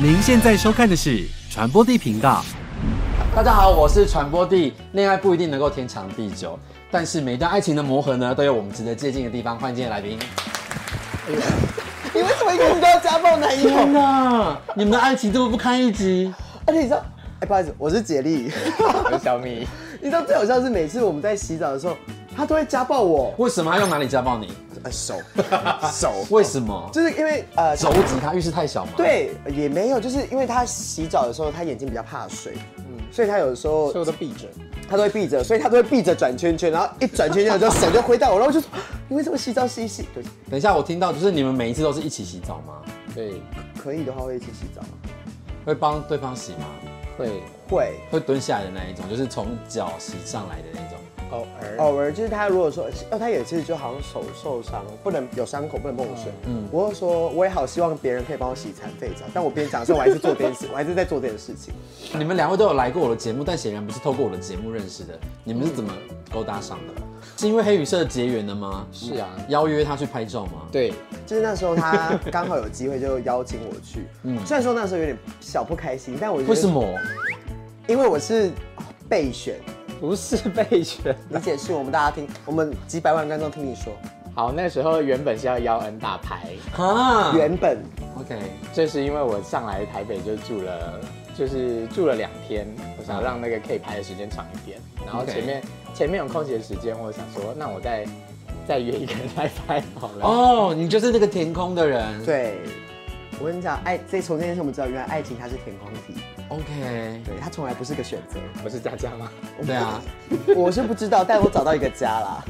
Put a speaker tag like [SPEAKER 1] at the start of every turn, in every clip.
[SPEAKER 1] 您现在收看的是传播地频道。
[SPEAKER 2] 大家好，我是传播帝。恋爱不一定能够天长地久，但是每一段爱情的磨合呢，都有我们值得借鉴的地方。欢迎今天的来宾。
[SPEAKER 3] 你为什么一个你都要家暴男友？
[SPEAKER 2] 哪，你们的爱情这么不堪一击？
[SPEAKER 3] 而且你知道，哎，不好意思，我是杰力。
[SPEAKER 2] 小米，
[SPEAKER 3] 你知道最好笑的是，每次我们在洗澡的时候，他都会家暴我，
[SPEAKER 2] 为什么要用哪里家暴你？
[SPEAKER 3] 呃，手手，
[SPEAKER 2] 为什么？
[SPEAKER 3] 就是因为呃，
[SPEAKER 2] 手指他浴室太小吗？，
[SPEAKER 3] 对，也没有，就是因为他洗澡的时候，他眼睛比较怕水，所以他有的时候
[SPEAKER 4] 嗯所以我都闭着。
[SPEAKER 3] 他都会闭着，所以他都会闭着转圈圈，然后一转圈圈的时候，手就挥到我，然后我就说，你为什么洗澡洗一洗？对，
[SPEAKER 2] 等一下我听到就是你们每一次都是一起洗澡吗？
[SPEAKER 4] 对，
[SPEAKER 3] 可以的话会一起洗澡，
[SPEAKER 2] 会帮对方洗吗？
[SPEAKER 4] 会
[SPEAKER 3] 会。
[SPEAKER 2] 会蹲下来的那一种，就是从脚洗上来的那种。
[SPEAKER 4] 偶尔。
[SPEAKER 3] 偶尔就是他如果说，哦，他有一次就好像手受伤，不能有伤口，不能碰水。嗯，我就说我也好希望别人可以帮我洗残废澡，但我边讲的时候我还是做这件事，我还是在做这件事情。
[SPEAKER 2] 你们两位都有来过我的节目，但显然不是透过我的节目认识的。你们是怎么勾搭上的？是因为黑羽社结缘的吗？
[SPEAKER 4] 是啊
[SPEAKER 2] 邀约他去拍照吗？
[SPEAKER 4] 对，
[SPEAKER 3] 就是那时候他刚好有机会就邀请我去，嗯，虽然说那时候有点小不开心，但我觉得
[SPEAKER 2] 为什？么？
[SPEAKER 3] 因为我是备选，
[SPEAKER 4] 不是备选。
[SPEAKER 3] 你解释我们大家听，我们几百万观众听你说，
[SPEAKER 4] 好，那时候原本是要邀恩大牌，
[SPEAKER 2] 啊
[SPEAKER 3] 原本
[SPEAKER 2] OK，
[SPEAKER 4] 这是因为我上来台北就住了，就是住了两天，我想让那个可以拍的时间长一点。然后
[SPEAKER 2] OK
[SPEAKER 4] 前面前面有空闲时间，我想说，那我再再约一个人来拍好了。
[SPEAKER 2] 哦，你就是那个填空的人。
[SPEAKER 3] 对。我跟你讲，爱这从这件事我们知道，原来爱情它是填空题，
[SPEAKER 2] ，OK，
[SPEAKER 3] 对，它从来不是个选择。
[SPEAKER 4] 不是佳佳吗？
[SPEAKER 2] 对啊。
[SPEAKER 3] 我是不知道，但我找到一个家啦。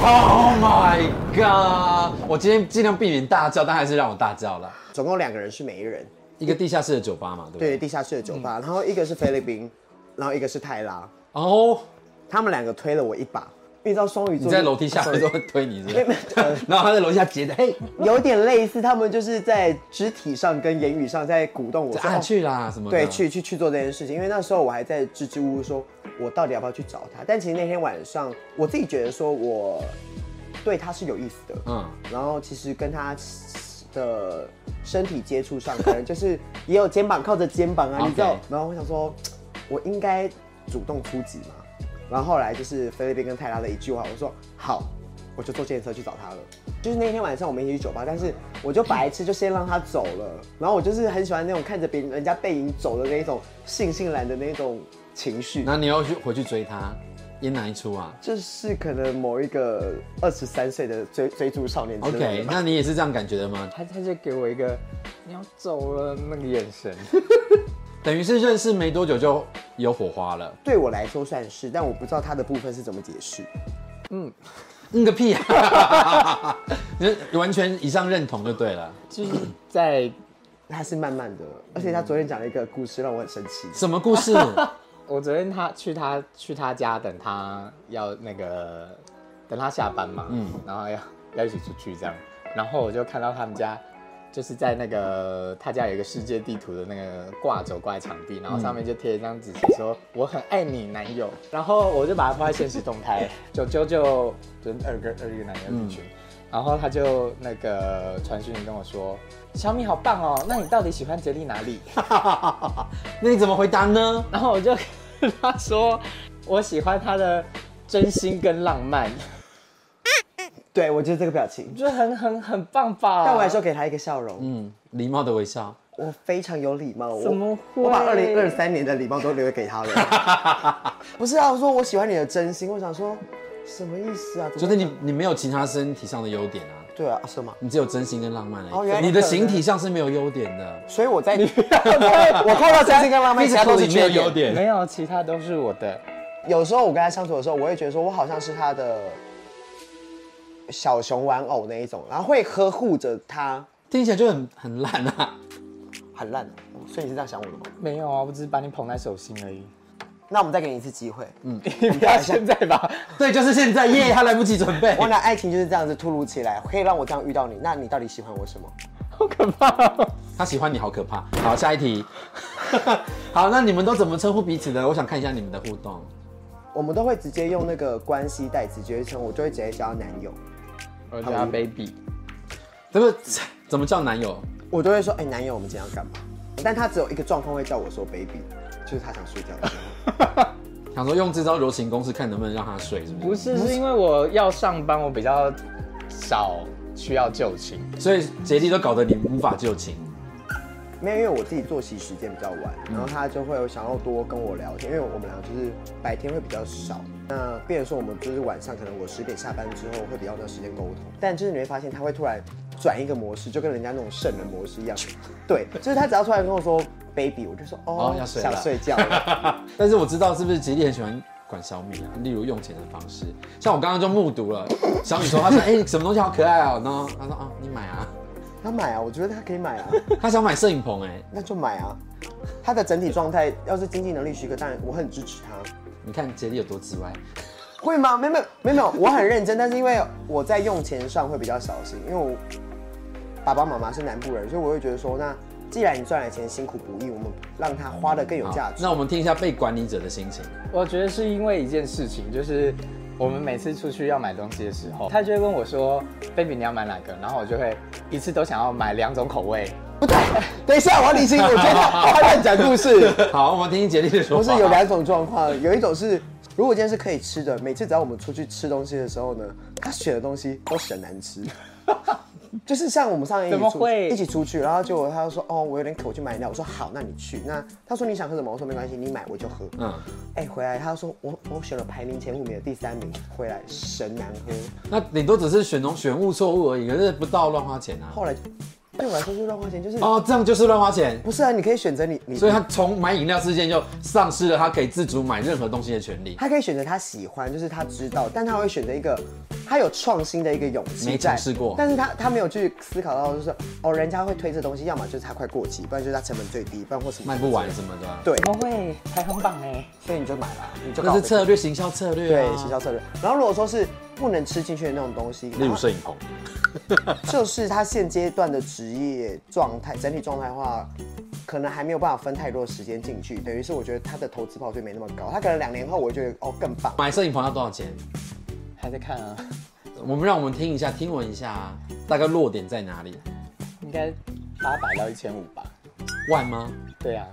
[SPEAKER 2] Oh my god！我今天尽量避免大叫，但还是让我大叫了。
[SPEAKER 3] 总共两个人是每一人，
[SPEAKER 2] 一个地下室的酒吧嘛，对不对？
[SPEAKER 3] 对，地下室的酒吧，然后一个是菲律宾，然后一个是泰拉，
[SPEAKER 2] 哦，
[SPEAKER 3] 他们两个推了我一把，因为你知道双鱼座啊
[SPEAKER 2] 你在楼梯
[SPEAKER 3] 哦
[SPEAKER 2] 下的时候推你是不是 然后他在楼下截的，嘿，
[SPEAKER 3] 有点类似，他们就是在肢体上跟言语上在鼓动我说，
[SPEAKER 2] 啊
[SPEAKER 3] 哦
[SPEAKER 2] 去啦什么的？
[SPEAKER 3] 对，去去去做这件事情，因为那时候我还在支支吾吾说，我到底要不要去找他？但其实那天晚上，我自己觉得说我对他是有意思的，
[SPEAKER 2] 嗯
[SPEAKER 3] 嗯，然后其实跟他的身体接触上，可能就是也有肩膀靠着肩膀啊，你知道
[SPEAKER 2] OK？
[SPEAKER 3] 然后我想说，我应该主动出击嘛。然后后来就是菲律宾跟泰拉的一句话，我说好，我就坐电车去找他了。就是那天晚上我们一起去酒吧，但是我就白痴，就先让他走了。然后我就是很喜欢那种看着别人人家背影走的那一种悻悻然的那种情绪
[SPEAKER 2] 然。后你要去回去追他，演哪一出啊
[SPEAKER 3] 这是可能某一个二十三岁的追追逐少年之类的
[SPEAKER 2] ？OK，
[SPEAKER 3] 吧
[SPEAKER 2] 那你也是这样感觉的吗？
[SPEAKER 4] 他他就给我一个你要走了那个眼神。
[SPEAKER 2] 等于是认识没多久就有火花了，
[SPEAKER 3] 对我来说算是，但我不知道他的部分是怎么解释。
[SPEAKER 2] 嗯个屁啊！ 你完全以上认同就对了。
[SPEAKER 4] 就是在
[SPEAKER 3] 他是慢慢的，而
[SPEAKER 2] 嗯
[SPEAKER 3] 且他昨天讲了一个故事，让我很生气。
[SPEAKER 2] 什么故 事？
[SPEAKER 4] 我昨天他去他去他家等他要那个等他下班嘛，嗯，然后要要一起出去这样，然后我就看到他们家就是在那个他家有一个世界地图的那个挂轴挂在墙壁，然后上面就贴一张纸写说、我很爱你男友，然后我就把它放在现实动态，九九九就是二个二个男友女群。然后他就那个传讯跟我说：“小米好棒哦，那你到底喜欢杰力哪里？”
[SPEAKER 2] 那你怎么回答呢？
[SPEAKER 4] 然后我就跟他说，我喜欢他的真心跟浪漫，
[SPEAKER 3] 对我就是这个表情
[SPEAKER 4] 我，觉得很很很棒吧。
[SPEAKER 3] 但我还是要给他一个笑容。
[SPEAKER 2] 嗯，礼貌的微笑。
[SPEAKER 3] 我非常有礼貌，我
[SPEAKER 4] 怎么会
[SPEAKER 3] 我把二零二三年的礼貌都留给他了。 不是啊，我说我喜欢你的真心，我想说什么意思啊？怎
[SPEAKER 2] 就
[SPEAKER 3] 么
[SPEAKER 2] 是你，你没有其他身体上的优点啊，
[SPEAKER 3] 对啊，是吗？
[SPEAKER 2] 你只有真心跟浪漫而已。
[SPEAKER 3] 哦原来
[SPEAKER 2] 你的
[SPEAKER 3] 可能
[SPEAKER 2] 形体上是没有优点的，
[SPEAKER 3] 所以我在我看到真心跟浪漫，其他都是缺点。
[SPEAKER 4] 没有，其他都是我的。
[SPEAKER 3] 有时候我跟他相处的时候，我会觉得说我好像是他的小熊玩偶那一种，然后会呵护着他，
[SPEAKER 2] 听起来就很很烂啊。
[SPEAKER 3] 很烂。所以你是这样想我的吗？
[SPEAKER 4] 没有啊，我只是把你捧在手心而已。
[SPEAKER 3] 那我们再给你一次机会。
[SPEAKER 4] 你不要现在吧，
[SPEAKER 2] 对，就是现在耶，他来不及准 备。
[SPEAKER 3] 我俩爱情就是这样子突如其来，可以让我这样遇到你。那你到底喜欢我什么？
[SPEAKER 4] 好可怕、哦。
[SPEAKER 2] 他喜欢你好可怕。好，下一题。 好，那你们都怎么称呼彼此的？我想看一下你们的互动。
[SPEAKER 3] 我们都会直接用那个关系代词直接称，我就会直接叫他男友，
[SPEAKER 4] 我叫他 baby，
[SPEAKER 2] 怎么怎么叫男友？
[SPEAKER 3] 我就会说，哎、男友，我们今天要干嘛？但他只有一个状况会叫我说 baby，就是他想睡觉的时候。
[SPEAKER 2] 想说用这招柔情攻势看能不能让他睡，是不
[SPEAKER 4] 不
[SPEAKER 2] 是？
[SPEAKER 4] 是，是因为我要上班，我比较少需要就寝。
[SPEAKER 2] 所以杰力都搞得你无法就寝。
[SPEAKER 3] 没有，因为我自己作息时间比较晚，
[SPEAKER 2] 嗯
[SPEAKER 3] 然后他就会想要多跟我聊天，因为我们俩就是白天会比较少。那变成说我们就是晚上，可能我十点下班之后会比较没有时间沟通，但就是你会发现他会突然转一个模式，就跟人家那种圣人模式一样。对，就是他只要突然跟我说 baby，我就说哦
[SPEAKER 2] 哦要睡了
[SPEAKER 3] 想睡觉了。
[SPEAKER 2] 但是我知道是不是杰力很喜欢管小米啊？例如用钱的方式，像我刚刚就目睹了小米说，他说哎、什么东西好可爱哦、然后他说啊你买啊，
[SPEAKER 3] 他买啊，我觉得他可以买啊，
[SPEAKER 2] 他想买摄影棚哎、
[SPEAKER 3] 那就买啊。他的整体状态要是经济能力许可，当然我很支持他。
[SPEAKER 2] 你看杰力有多直歪，
[SPEAKER 3] 会吗？没有没有没有没有，我很认真，但是因为我在用钱上会比较小心，因为我爸爸妈妈是南部人，所以我会觉得说，那既然你赚来钱辛苦不易，我们让他花的更有
[SPEAKER 2] 好
[SPEAKER 3] 价值。
[SPEAKER 2] 那我们听一下被管理者的心情。
[SPEAKER 4] 我觉得是因为一件事情，就是我们每次出去要买东西的时候，他就会问我说：“baby，你要买哪个？”然后我就会一次都想要买两种口味。
[SPEAKER 3] 等一下，我要理清，我觉得他乱讲故事。
[SPEAKER 2] 好，我们听听杰力的说
[SPEAKER 3] 不
[SPEAKER 2] 法。
[SPEAKER 3] 是有两种状况，有一种是，如果今天是可以吃的，每次只要我们出去吃东西的时候呢，他选的东西都神难吃。 就是像我们上一
[SPEAKER 4] 怎
[SPEAKER 3] 起
[SPEAKER 4] 么
[SPEAKER 3] 出
[SPEAKER 4] 会
[SPEAKER 3] 一起出去，然后结果他就说哦，我有点渴，我去买饮料。我说好，那你去。那他说你想喝什么？我说没关系，你买我就喝。嗯
[SPEAKER 2] 嗯，
[SPEAKER 3] 哎、回来他说我我选了排名前五名的第三名，回来神难喝。
[SPEAKER 2] 那顶多只是选中选物错误而已，可是不到乱花钱啊。
[SPEAKER 3] 后来对我来说就是乱花钱，就是、
[SPEAKER 2] 哦，这样就是乱花钱。
[SPEAKER 3] 不是啊？你可以选择你你，
[SPEAKER 2] 所以他从买饮料事件就丧失了他可以自主买任何东西的权利。
[SPEAKER 3] 他可以选择他喜欢，就是他知道，但他会选择一个他有创新的一个勇气
[SPEAKER 2] 没
[SPEAKER 3] 在。
[SPEAKER 2] 尝试过
[SPEAKER 3] 但是他他没有去思考到，就是哦，人家会推这东西，要么就是它快过期，不然就是它成本最低，不然或什么
[SPEAKER 2] 卖不完。什么的、
[SPEAKER 3] 对，
[SPEAKER 4] 怎么会排行榜哎？
[SPEAKER 3] 所以你就买了，你就
[SPEAKER 2] 那是
[SPEAKER 3] 搞
[SPEAKER 2] 策略，行销策略、啊。
[SPEAKER 3] 对行销策略。然后如果说是不能吃进去的那种东西，
[SPEAKER 2] 例如
[SPEAKER 3] 然后
[SPEAKER 2] 摄影棚，
[SPEAKER 3] 就是他现阶段的职业状态、整体状态的话，可能还没有办法分太多的时间进去，等于是我觉得他的投资报酬没那么高。他可能两年后，我觉得哦更棒。
[SPEAKER 2] 买摄影棚要多少钱？
[SPEAKER 4] 还在看啊，
[SPEAKER 2] 我们让我们听一下，听闻一下、啊，大概落点在哪里？
[SPEAKER 4] 应该八百到一千五吧。
[SPEAKER 2] 万吗？
[SPEAKER 4] 对啊，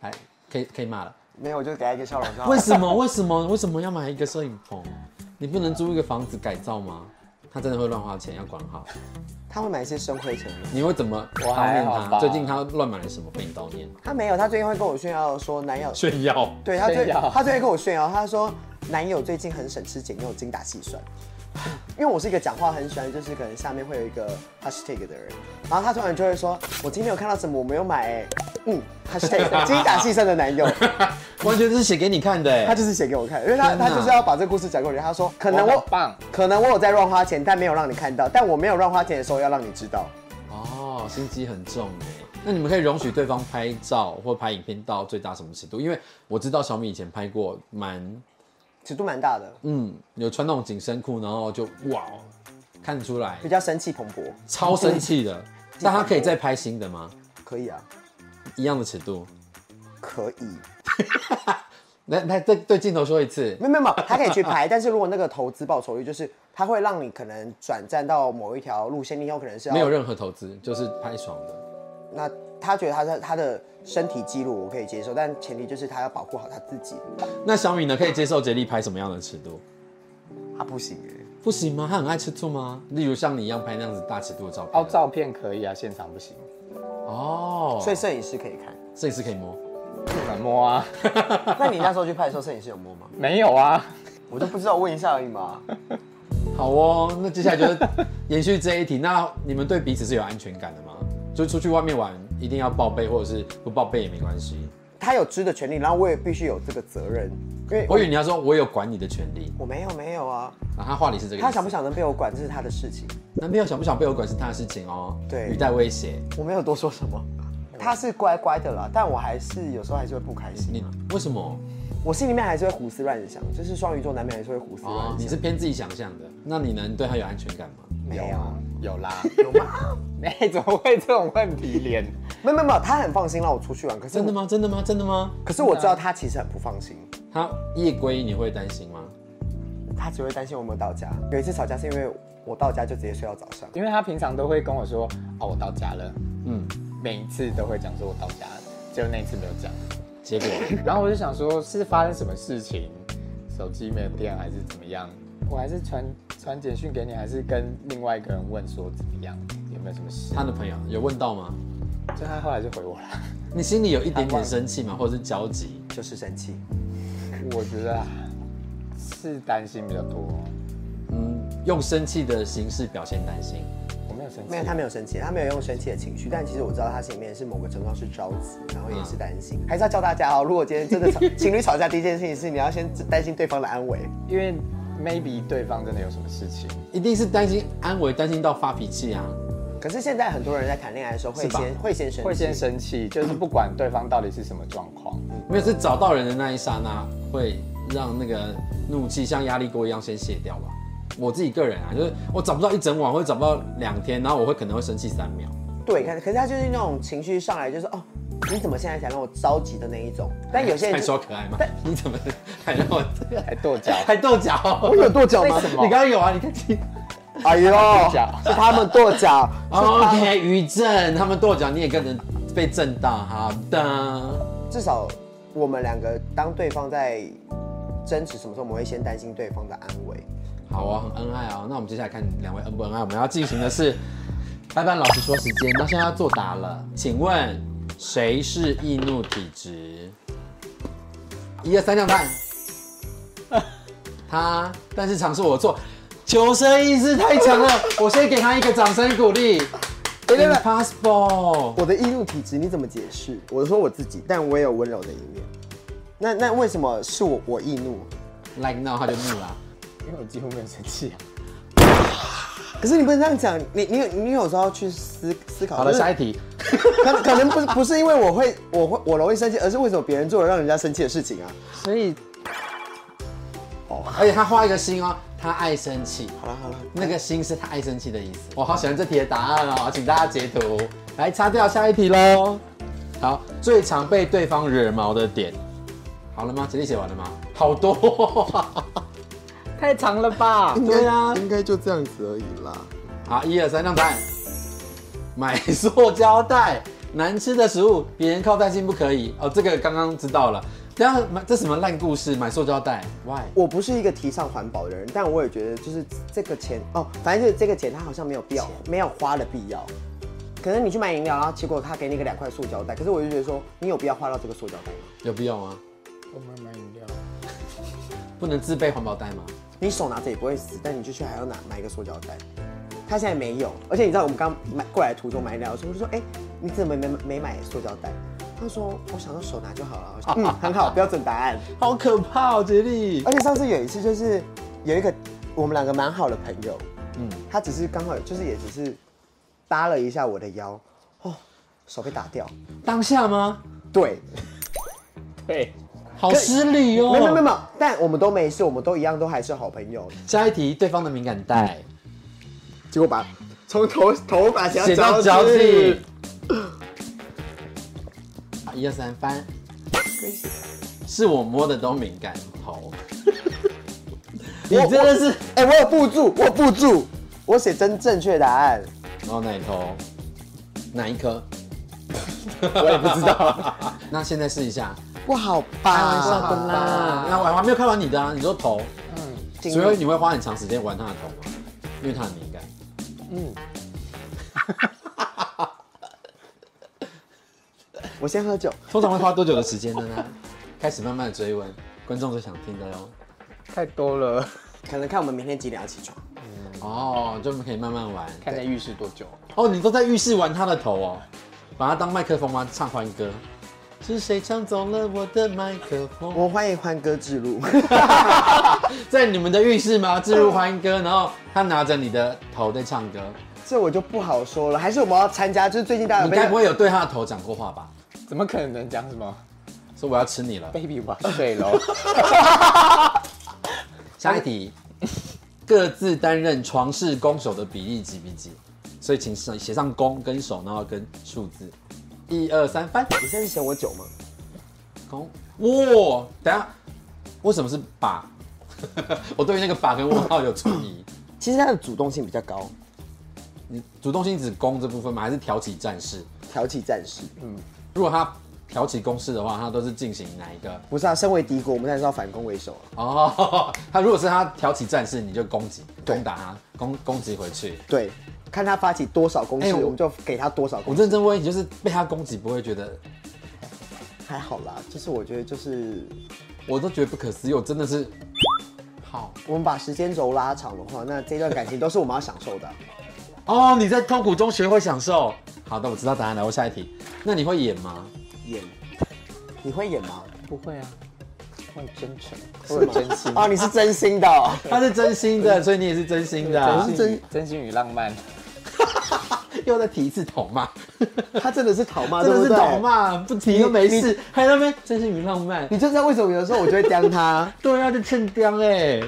[SPEAKER 2] 哎，可以可以骂了。
[SPEAKER 3] 没有，我就给他一个笑容就好。
[SPEAKER 2] 为什么？为什么？为什么要买一个摄影棚？你不能租一个房子改造吗？他真的会乱花钱，要管好。
[SPEAKER 3] 他会买一些生灰尘吗？
[SPEAKER 2] 你会怎么
[SPEAKER 4] 我
[SPEAKER 2] 悼
[SPEAKER 4] 还
[SPEAKER 2] 念
[SPEAKER 4] 好
[SPEAKER 2] 他？
[SPEAKER 4] 吧
[SPEAKER 2] 最近他乱买了什么被你悼念？
[SPEAKER 3] 他没有，他最近会跟我炫耀说男友，
[SPEAKER 2] 炫耀。
[SPEAKER 3] 对他最
[SPEAKER 4] 炫耀
[SPEAKER 3] 他最近跟我炫耀，他说男友最近很省吃俭用，精打细算。因为我是一个讲话很喜欢，就是可能下面会有一个 hashtag 的人，然后他突然就会说：“我今天有看到什么，我没有买、欸。”嗯，hashtag 精打细算的男友，
[SPEAKER 2] 完全是写给你看的哎、
[SPEAKER 3] 他就是写给我看，因为 他
[SPEAKER 2] 天哪
[SPEAKER 3] 他就是要把这个故事讲给我听。他说：“可能
[SPEAKER 4] 我
[SPEAKER 3] 我
[SPEAKER 4] 很棒
[SPEAKER 3] 可能我有在乱花钱，但没有让你看到，但我没有乱花钱的时候要让你知道。
[SPEAKER 2] 哦，心机很重哎。那你们可以容许对方拍照或拍影片到最大什么尺度？因为我知道小米以前拍过蛮，
[SPEAKER 3] 尺度蛮大的，
[SPEAKER 2] 嗯，有穿那种紧身裤，然后就哇，哦看出来
[SPEAKER 3] 比较生气蓬勃，
[SPEAKER 2] 超生气的。但他可以再拍新的吗？
[SPEAKER 3] 可以啊，
[SPEAKER 2] 一样的尺度？
[SPEAKER 3] 可以。”
[SPEAKER 2] 来来，对对镜头说一次。
[SPEAKER 3] 没有没有没有，他可以去拍，但是如果那个投资报酬率，就是它会让你可能转战到某一条路线，你有可能是要
[SPEAKER 2] 没有任何投资，就是拍爽的。
[SPEAKER 3] 那他觉得他的他的身体记录我可以接受，但前提就是他要保护好他自己，
[SPEAKER 2] 那小米呢？可以接受杰力拍什么样的尺度？
[SPEAKER 3] 他不行哎、
[SPEAKER 2] 不行吗？他很爱吃醋吗？例如像你一样拍那样子大尺度的照片
[SPEAKER 4] 哦，照片可以啊，现场不行，
[SPEAKER 2] 哦，
[SPEAKER 3] 所以摄影师可以看。
[SPEAKER 2] 摄影师可以摸。
[SPEAKER 4] 不能摸啊，
[SPEAKER 3] 那你那时候去拍的时候，摄影师有摸吗？
[SPEAKER 4] 没有啊。
[SPEAKER 3] 我都不知道，问一下而 已嘛。
[SPEAKER 2] 好哦，那接下来就是延续这一题。那你们对彼此是有安全感的吗？就出去外面玩一定要报备，或者是不报备也没关系。
[SPEAKER 3] 他有知的权利，然后我也必须有这个责任，因为
[SPEAKER 2] 我以为你要说我有管你的权利，
[SPEAKER 3] 我没有没有啊，
[SPEAKER 2] 啊，他话里是这个意思。
[SPEAKER 3] 他想不？想能被我管，这是他的事情，
[SPEAKER 2] 男朋友想不想被我管是他的事情哦。
[SPEAKER 3] 对
[SPEAKER 2] 语带威胁。
[SPEAKER 3] 我没有多说 什么。他是乖乖的啦，但我还是有时候还是会不开心、啊。
[SPEAKER 2] 你为什么？
[SPEAKER 3] 我心里面还是会胡思乱想，就是双鱼座难免还是会胡思
[SPEAKER 2] 哦，
[SPEAKER 3] 乱
[SPEAKER 2] 你
[SPEAKER 3] 想。
[SPEAKER 2] 是偏自己想象的。那你能对他有安全感吗？
[SPEAKER 3] 没
[SPEAKER 4] 有
[SPEAKER 3] 有
[SPEAKER 4] 啊，有啦。
[SPEAKER 3] 有吗？
[SPEAKER 4] 哎、怎么会这种问题脸？
[SPEAKER 3] 没有没有没有，他很放心让我出去玩，可是
[SPEAKER 2] 真的
[SPEAKER 3] 我
[SPEAKER 2] 吗？真的吗？真的啊吗？
[SPEAKER 3] 可是我知道他其实很不放心，
[SPEAKER 2] 他夜归你会担心吗？
[SPEAKER 3] 他只会担心我有没有到家。有一次吵架是因为我到家就直接睡到早上，
[SPEAKER 4] 啊因为他平常都会跟我说，哦，我到家了，
[SPEAKER 2] 嗯，
[SPEAKER 4] 每一次都会讲说我到家了，结果那一次没有讲。
[SPEAKER 2] 结果
[SPEAKER 4] 然后我就想说，是发生什么事情，手机没有电还是怎么样？我还是传传简讯给你，还是跟另外一个人问说怎么样，有没有什么事？
[SPEAKER 2] 他的朋友有问到吗？
[SPEAKER 4] 就他后来就回我了，
[SPEAKER 2] 你心里有一点点生气吗？或者是焦急？
[SPEAKER 3] 就是生气。
[SPEAKER 4] 我觉得啊是担心比较多，
[SPEAKER 2] 嗯，用生气的形式表现担心。
[SPEAKER 4] 我没有生气，
[SPEAKER 3] 没有，他没有生气，他没有用生气的情绪，但其实我知道他心里面是某个程度上是着急，然后也
[SPEAKER 2] 嗯
[SPEAKER 3] 是担心。还是要教大家哦，如果今天 真的吵情侣吵架，第一件事情是你要先担心对方的安危。
[SPEAKER 4] 因为 maybe 对方真的有什么事情，
[SPEAKER 2] 一定是担心安慰，担心到发脾气啊！
[SPEAKER 3] 可是现在很多人在谈恋爱的时候会
[SPEAKER 2] 是吧
[SPEAKER 3] 先会先生气，
[SPEAKER 4] 会先生气，就是不管对方到底是什么状况，
[SPEAKER 2] 没有是找到人的那一刹那，会让那个怒气像压力锅一样先卸掉吧。我自己个人啊，就是我找不到一整晚，或者找不到两天，然后我会可能会生气三秒。
[SPEAKER 3] 对，可可是他就是那种情绪上来就是哦，你怎么现在才让我着急的那一种？但有些
[SPEAKER 2] 看
[SPEAKER 3] 人
[SPEAKER 2] 说可爱吗？你怎么还让我，
[SPEAKER 4] 还跺脚
[SPEAKER 2] 还跺脚？
[SPEAKER 3] 我有跺脚吗
[SPEAKER 4] 为什么
[SPEAKER 2] 你刚刚有啊？你看你。
[SPEAKER 3] 哎呦
[SPEAKER 4] 脚，
[SPEAKER 3] 是他们跺脚，
[SPEAKER 2] 哦 OK，于正他们跺脚，你也跟着被震到，好的。
[SPEAKER 3] 至少我们两个当对方在争执什么时候，我们会先担心对方的安危。
[SPEAKER 2] 好啊，很恩爱啊。那我们接下来看两位恩不恩爱，我们要进行的是拜拜老实说时间。那现在要作答了，请问谁是易怒体质？一二三，亮判。他，但是常是我错，求生意志太强了，我先给他一个掌声鼓励。
[SPEAKER 3] 等
[SPEAKER 2] Impossible，
[SPEAKER 3] 我的易怒体质你怎么解释？我说我自己，但我也有温柔的一面。那那为什么是我我易怒？
[SPEAKER 2] like now 他就怒了。
[SPEAKER 4] 因为我几乎没有生气啊。
[SPEAKER 3] 可是你不能这样讲，你你有你有时候去思思考。
[SPEAKER 2] 好了，
[SPEAKER 3] 就是
[SPEAKER 2] 下一题。
[SPEAKER 3] 可可能不是不是因为我会我会我容易生气，而是为什么别人做了让人家生气的事情啊？
[SPEAKER 4] 所以
[SPEAKER 2] 而且他画一个心哦，他爱生气，
[SPEAKER 3] 好了好了，
[SPEAKER 2] 那个心是他爱生气的意思。我好喜欢这题的答案哦，请大家截图来擦掉下一题喽。好，最常被对方惹毛的点，好了吗？简历写完了吗？好多、
[SPEAKER 4] 太长了吧？
[SPEAKER 2] 对啊，
[SPEAKER 3] 应该就这样子而已啦。
[SPEAKER 2] 好，一二三，让看。买塑胶袋，难吃的食物别人靠带近不可以哦，这个刚刚知道了。这样买这什么烂故事？买塑胶袋，why？
[SPEAKER 3] 我不是一个提倡环保的人，但我也觉得就是这个钱哦，反正就是这个钱他好像没有必要，没有花的必要。可能你去买饮料，然后结果他给你个两块塑胶袋，可是我就觉得说你有必要花到这个塑胶袋吗？
[SPEAKER 2] 有必要吗？
[SPEAKER 4] 我们买饮料，
[SPEAKER 2] 不能自备环保袋吗？
[SPEAKER 3] 你手拿着也不会死，但你就去还要拿买一个塑胶袋。他现在没有，而且你知道我们刚买过来的途中买饮料的时候，我就说，哎、你怎么没没买塑胶袋？他说，我想说手拿就好了。我 说嗯，很好，标准答案。
[SPEAKER 2] 好可怕哦，杰力。
[SPEAKER 3] 而且上次有一次，就是有一个我们两个蛮好的朋友，嗯，他只是刚好就是也只是搭了一下我的腰，哦，手被打掉。
[SPEAKER 2] 当下吗？
[SPEAKER 3] 对，
[SPEAKER 4] 对，
[SPEAKER 2] 好失礼哦。
[SPEAKER 3] 没有没有没有，但我们都没事，我们都一样，都还是好朋友。
[SPEAKER 2] 下一题，对方的敏感带
[SPEAKER 3] 结果把从头头发
[SPEAKER 2] 写到脚趾。好啊一二三，翻。是我摸的都敏感，好。 你真的是，
[SPEAKER 3] 哎、我有附注，我有附注，我写真正确答案。
[SPEAKER 2] 然后哪一头，哪一颗？
[SPEAKER 4] 我也不知道。
[SPEAKER 2] 那现在试一下，
[SPEAKER 3] 不好啊
[SPEAKER 2] 开玩笑
[SPEAKER 3] 吧？
[SPEAKER 2] 的啦。那我还没有看完你的啊，你说头，
[SPEAKER 3] 经
[SPEAKER 2] 所以
[SPEAKER 3] 历
[SPEAKER 2] 你会花很长时间玩他的头吗？因为他很敏感。
[SPEAKER 3] 我先喝酒。
[SPEAKER 2] 通常会花多久的时间呢？开始慢慢的追问，观众最想听的哟。
[SPEAKER 4] 太多了，
[SPEAKER 3] 可能看我们明天几点要起床。
[SPEAKER 2] 哦，就可以慢慢玩。
[SPEAKER 4] 看在浴室多久。
[SPEAKER 2] 哦，你都在浴室玩他的头哦，把它当麦克风吗？唱欢歌。是谁抢走了我的麦克风？
[SPEAKER 3] 我们欢迎欢歌之 路，
[SPEAKER 2] 在你们的浴室吗？置入欢歌，然后他拿着你的头在唱歌。
[SPEAKER 3] 这我就不好说了。还是我们要参加，就是最近啊大家有
[SPEAKER 2] 你
[SPEAKER 3] 被
[SPEAKER 2] 该不会有对他的头讲过话吧？
[SPEAKER 4] 怎么可能讲什么
[SPEAKER 2] 说我要吃你了。
[SPEAKER 4] baby 我要睡喽？
[SPEAKER 2] 下一题， 各自担任床事攻守的比例几比几？所以请上写上攻跟守，然后跟数字，一二三翻。
[SPEAKER 3] 你现在是嫌我久吗？
[SPEAKER 2] 攻哇、等一下，为什么是把？ 我对于那个把跟问号有存疑。
[SPEAKER 3] 其实他的主动性比较高，
[SPEAKER 2] 你主动性只攻这部分吗？还是挑起战事？
[SPEAKER 3] 挑起战事。
[SPEAKER 2] 如果他挑起攻势的话，他都是进行哪一个？
[SPEAKER 3] 不是啊，身为敌国，我们当然是要反攻为首啊。
[SPEAKER 2] 哦， 他如果是他挑起战事，你就攻击、攻打他、攻攻击回去。
[SPEAKER 3] 对，看他发起多少攻势，
[SPEAKER 2] 哎我
[SPEAKER 3] 我们就给他多少
[SPEAKER 2] 我
[SPEAKER 3] 攻势。
[SPEAKER 2] 认真问你，就是被他攻击不会觉得，
[SPEAKER 3] 还好啦，就是我觉得就是
[SPEAKER 2] 我都觉得不可思议。我真的是，好
[SPEAKER 3] 我们把时间轴拉长的话，那这段感情都是我们要享受的。啊
[SPEAKER 2] 哦，你在痛苦中学会享受。好的，我知道答案了。我下一题，那你会演吗？
[SPEAKER 3] 演，你会演吗？
[SPEAKER 4] 不会啊，我很真诚，我有真 心，
[SPEAKER 3] 哦，你是真心的、哦。
[SPEAKER 2] 他是真心的，所以你也是真心的
[SPEAKER 4] 真
[SPEAKER 2] 啊。
[SPEAKER 4] 心真真心与浪漫。
[SPEAKER 2] 又在提一次头嘛，
[SPEAKER 3] 他真的是讨骂，
[SPEAKER 2] 真的是
[SPEAKER 3] 对不对
[SPEAKER 2] 头。嘛，不提都没事，还在那边真心与浪漫。。
[SPEAKER 3] 你就知道为什么有的时候我就会刁他
[SPEAKER 2] 对啊，就趁江哎。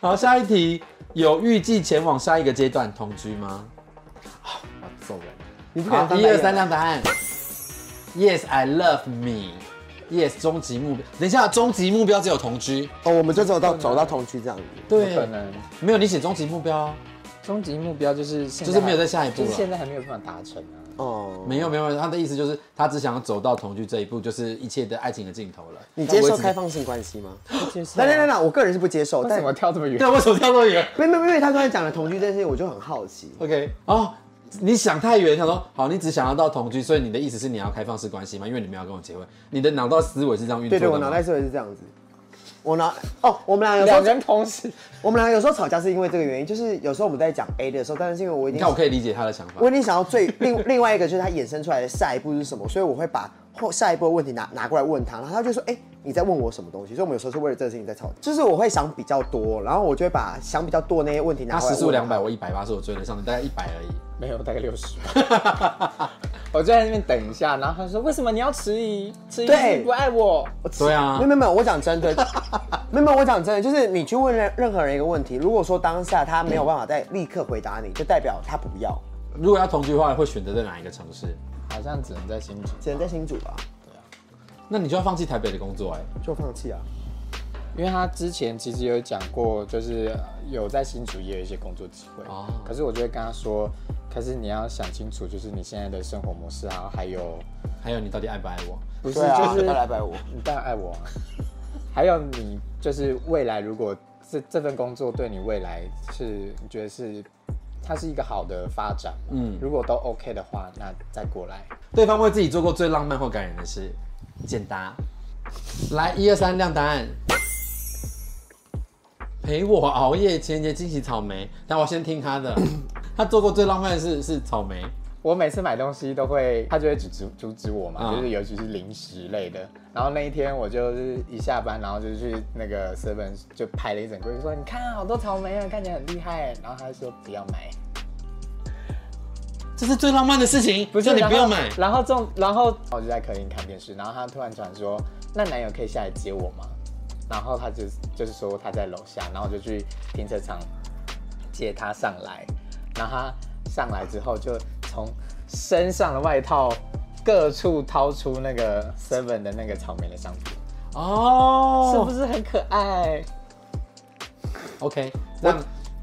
[SPEAKER 2] 好，下一题，有预计前往下一个阶段同居吗？啊，我揍人！
[SPEAKER 3] 你不可能
[SPEAKER 2] 好，
[SPEAKER 3] 当
[SPEAKER 2] 一
[SPEAKER 3] 白眼
[SPEAKER 2] 二三，亮答案。Yes, I love me. Yes，终极目标。等一下，终极目标只有同居？
[SPEAKER 3] 哦，我们就走到走到同居这样子。
[SPEAKER 2] 对，
[SPEAKER 4] 不可能
[SPEAKER 2] 没有你写终极目标啊，
[SPEAKER 4] 终极目标就是现
[SPEAKER 2] 就是没有在
[SPEAKER 4] 在
[SPEAKER 2] 下一
[SPEAKER 4] 还，
[SPEAKER 2] 步
[SPEAKER 4] 就是现
[SPEAKER 2] 了。
[SPEAKER 4] 在还没有办法达成啊。
[SPEAKER 3] 哦，
[SPEAKER 2] 没有没有，没有他的意思就是他只想要走到同居这一步，就是一切的爱情的尽头了。
[SPEAKER 3] 你接受开放性关系吗？
[SPEAKER 4] 接受啊
[SPEAKER 3] 来来来来，我个人是不接受，
[SPEAKER 4] 为
[SPEAKER 3] 但
[SPEAKER 4] 什么跳这么远？
[SPEAKER 2] 对，为什么跳那么远
[SPEAKER 3] 没没没，他刚才讲了同居这件事情，我就很好奇。
[SPEAKER 2] ？OK，哦，你想太远，想说好，你只想要到同居，所以你的意思是你要开放式关系吗？因为你们要跟我结婚，你的脑袋思维是这样运作
[SPEAKER 3] 对
[SPEAKER 2] 的
[SPEAKER 3] 对，
[SPEAKER 2] 吗
[SPEAKER 3] 我脑袋思维是这样子。我脑哦，我们俩有时
[SPEAKER 4] 两
[SPEAKER 3] 候
[SPEAKER 4] 人同时，
[SPEAKER 3] 我们俩有时候吵架是因为这个原因，就是有时候我们在讲 A 的时候，但是因为我已
[SPEAKER 2] 你
[SPEAKER 3] 经
[SPEAKER 2] 看我可以理解他的想法
[SPEAKER 3] 我已。经想到最另另外一个就是他衍生出来的下一步是什么，所以我会把后下一步的问题拿拿过来问他，然后他就说，哎、你在问我什么东西？所以我们有时候是为了这个事情在吵，就是我会想比较多，然后我就会把想比较多的那些问题拿
[SPEAKER 2] 他
[SPEAKER 3] 过来
[SPEAKER 2] 时速
[SPEAKER 3] 问
[SPEAKER 2] 两百，我一百八是我追得上的，大概一百而已。
[SPEAKER 4] 没有大概六十。 我就在那边等一下，然后他说：“为什么你要迟疑？迟疑
[SPEAKER 3] 对
[SPEAKER 4] 是你不爱我。
[SPEAKER 2] 对啊
[SPEAKER 3] 没有，没有没有，我讲真的， 没有没有，我讲真的，就是你去问任任何人一个问题，如果说当下他没有办法再立刻回答你，就代表他不要，
[SPEAKER 2] 如果要同居的话，会选择在哪一个城市？”
[SPEAKER 4] 好像只能在新竹，
[SPEAKER 3] 只能在新主吧，
[SPEAKER 2] 那你就要放弃台北的工作哎、
[SPEAKER 3] 就放弃啊。
[SPEAKER 4] 因为他之前其实有讲过，就是有在新竹也有一些工作机会。
[SPEAKER 2] 哦
[SPEAKER 4] 可是我就会跟他说：“可是你要想清楚，就是你现在的生活模式，然后还有
[SPEAKER 2] 还有你到底爱不爱我？
[SPEAKER 4] 不是
[SPEAKER 3] 对啊，
[SPEAKER 4] 就是
[SPEAKER 3] 拜来拜我。
[SPEAKER 4] 你当然爱我、啊， 还有你就是未来如果这这份工作对你未来是你觉得是它是一个好的发展，嗯，如果都 OK 的话，那再过来。
[SPEAKER 2] 对方为自己做过最浪漫或感人的事，简答。来，一二三，亮答案。陪我熬夜，情人节惊喜草莓。但我先听他 的，他做过最浪漫的事是草莓。
[SPEAKER 4] 我每次买东西都会，他就会阻止阻止我嘛，
[SPEAKER 2] 嗯
[SPEAKER 4] 就是尤其是零食类的。然后那一天我就是一下班，然后就去那个 seven 就拍了一整柜，就说你看好多草莓啊，看起来很厉害。然后他就说不要买，
[SPEAKER 2] 这是最浪漫的事情，不是你
[SPEAKER 4] 然
[SPEAKER 2] 不
[SPEAKER 4] 后
[SPEAKER 2] 要买。
[SPEAKER 4] 然后这种，然后我就在客厅看电视，然后他突然传说，那男友可以下来接我吗？然后他就就是说他在楼下，然后我就去停车场接他上来，然后他上来之后就从身上的外套各处掏出那个 Seven 的那个草莓的商品，是
[SPEAKER 2] 哦
[SPEAKER 4] 不是很可爱？
[SPEAKER 2] ，OK，那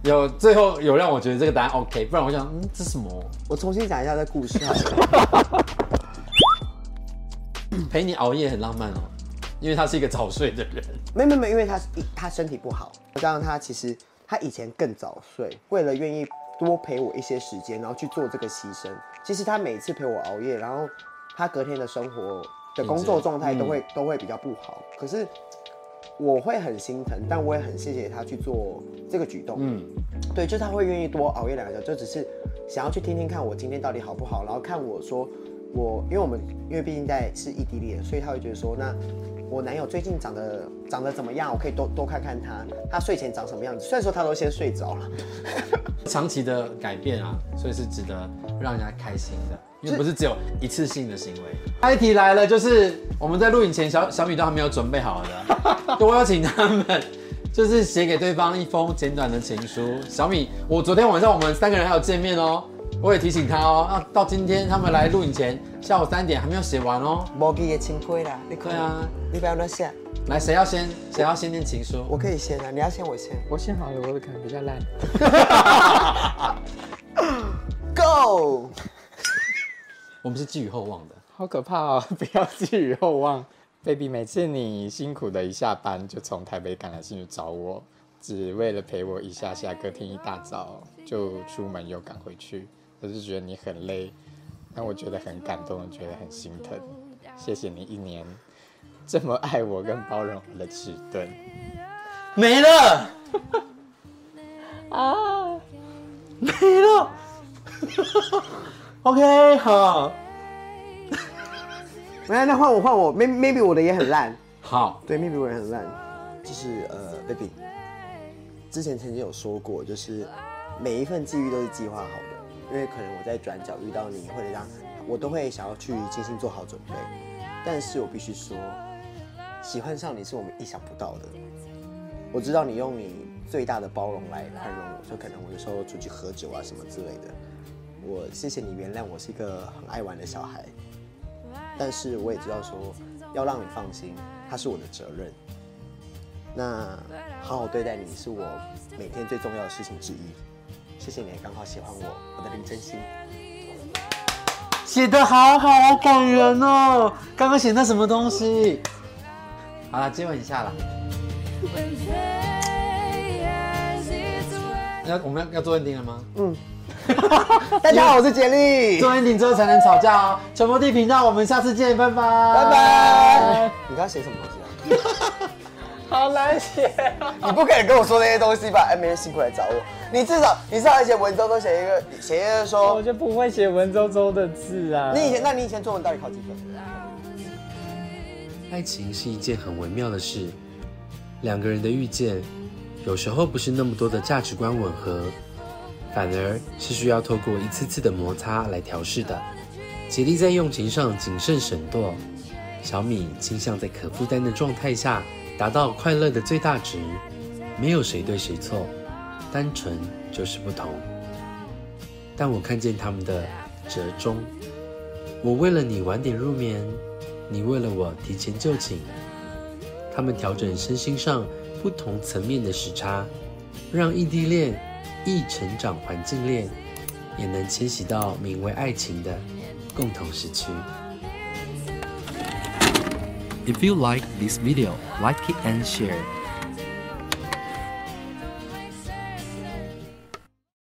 [SPEAKER 2] 有最后有让我觉得这个答案 OK，不然我想，嗯，这是什么？
[SPEAKER 3] 我重新讲一下这故事好了。
[SPEAKER 2] 陪你熬夜很浪漫哦，因为他是一个早睡的人。
[SPEAKER 3] 没没没，因为他是他身体不好，加上他其实他以前更早睡，为了愿意多陪我一些时间，然后去做这个牺牲。其实他每次陪我熬夜，然后他隔天的生活的工作状态都会、都会比较不好。可是我会很心疼，但我也很谢谢他去做这个举动。嗯，对，就他会愿意多熬夜两个小时，就只是想要去听听看我今天到底好不好，然后看我说我，因为我们因为毕竟在是异地恋，所以他会觉得说，那我男友最近长得长得怎么样，我可以多多看看他，他睡前长什么样子。虽然说他都先睡着了，
[SPEAKER 2] 长期的改变啊，所以是值得让人家开心的，因为不是只有一次性的行为。下一题来了，就是我们在录影前小小米都还没有准备好的，就我有请他们。就是写给对方一封简短的情书。小米，我昨天晚上我们三个人还有见面哦，我也提醒他哦，啊，到今天他们来录影前下午三点还没有写完哦。
[SPEAKER 3] 摩记也清亏啦，你可
[SPEAKER 2] 对啊，
[SPEAKER 3] 你不要乱想，
[SPEAKER 2] 来，谁要先谁要先念情书？
[SPEAKER 3] 我可以先啊，你要先我先
[SPEAKER 4] 我先好了，我的可能比较烂。
[SPEAKER 3] ，Go。
[SPEAKER 2] 我们是寄予厚望的。
[SPEAKER 4] 好可怕哦！ 不要寄予厚望，baby。每次你辛苦的一下班就从台北赶来新竹找我，只为了陪我一下下，隔天一大早就出门又赶回去，我就觉得你很累，让我觉得很感动，觉得很心疼。谢谢你一年这么爱我跟包容我的迟钝。
[SPEAKER 2] 没了啊，没了。OK，好，
[SPEAKER 3] 没有，那换我换我，may-，maybe 我的也很烂，
[SPEAKER 2] 好，
[SPEAKER 3] 对，maybe 我也很烂，就是呃，baby，之前曾经有说过，就是每一份际遇都是计划好的，因为可能我在转角遇到你，或者让我都会想要去精心做好准备，但是我必须说，喜欢上你是我们意想不到的。我知道你用你最大的包容来宽容我，就可能我有时候出去喝酒啊什么之类的。我谢谢你原谅我是一个很爱玩的小孩，但是我也知道说要让你放心，它是我的责任。那好好对待你是我每天最重要的事情之一。谢谢你也刚好喜欢我，我的林真心。
[SPEAKER 2] 写的好好，好感人哦。刚刚写那什么东西？好了，接吻一下了。
[SPEAKER 5] When day as its way.
[SPEAKER 2] 要我们要要做 ending 了吗？
[SPEAKER 3] 大家好，我是杰力，
[SPEAKER 2] 做 ending 之后才能吵架哦。全国地频道，我们下次见，拜拜，
[SPEAKER 3] 拜
[SPEAKER 2] 拜。
[SPEAKER 3] 拜。你刚刚写什么东西啊？好
[SPEAKER 4] 哦
[SPEAKER 3] 难写、你不可以跟我说那些东西吧？哎，没人辛苦来找我。你至少你至少写文章都写一个，写一个
[SPEAKER 4] 我
[SPEAKER 3] 说
[SPEAKER 4] 就不会写文绉绉的字啊！
[SPEAKER 3] 你以前，那你以前作文到底考几分？
[SPEAKER 6] 爱情是一件很微妙的事，两个人的遇见，有时候不是那么多的价值观吻合，反而是需要透过一次次的摩擦来调试的。杰力在用情上谨慎省惰，小米倾向在可负担的状态下达到快乐的最大值。没有谁对谁错，单纯就是不同。但我看见他们的折中。我为了你晚点入眠，你为了我提前就寝。他们调整身心上不同层面的时差，让异地恋、异成长环境恋也能迁徙到名为爱情的共同时区。
[SPEAKER 1] If you like this video, like it and share.